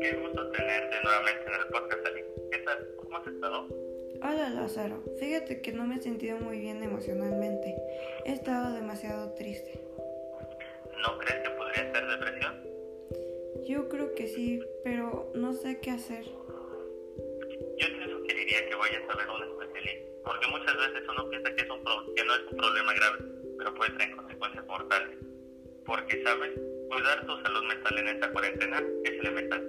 Qué gusto tenerte nuevamente en el podcast, Ali. ¿Qué tal? ¿Cómo has estado? Hola Lázaro, fíjate que no me he sentido muy bien emocionalmente. He estado demasiado triste. ¿No crees que podría ser depresión? Yo creo que sí, pero no sé qué hacer. Yo te sugeriría que vayas a ver a un especialista, porque muchas veces uno piensa que, es un pro- que no es un problema grave, pero puede tener consecuencias mortales. Porque, ¿sabes? Cuidar tu salud mental en esta cuarentena es elemental.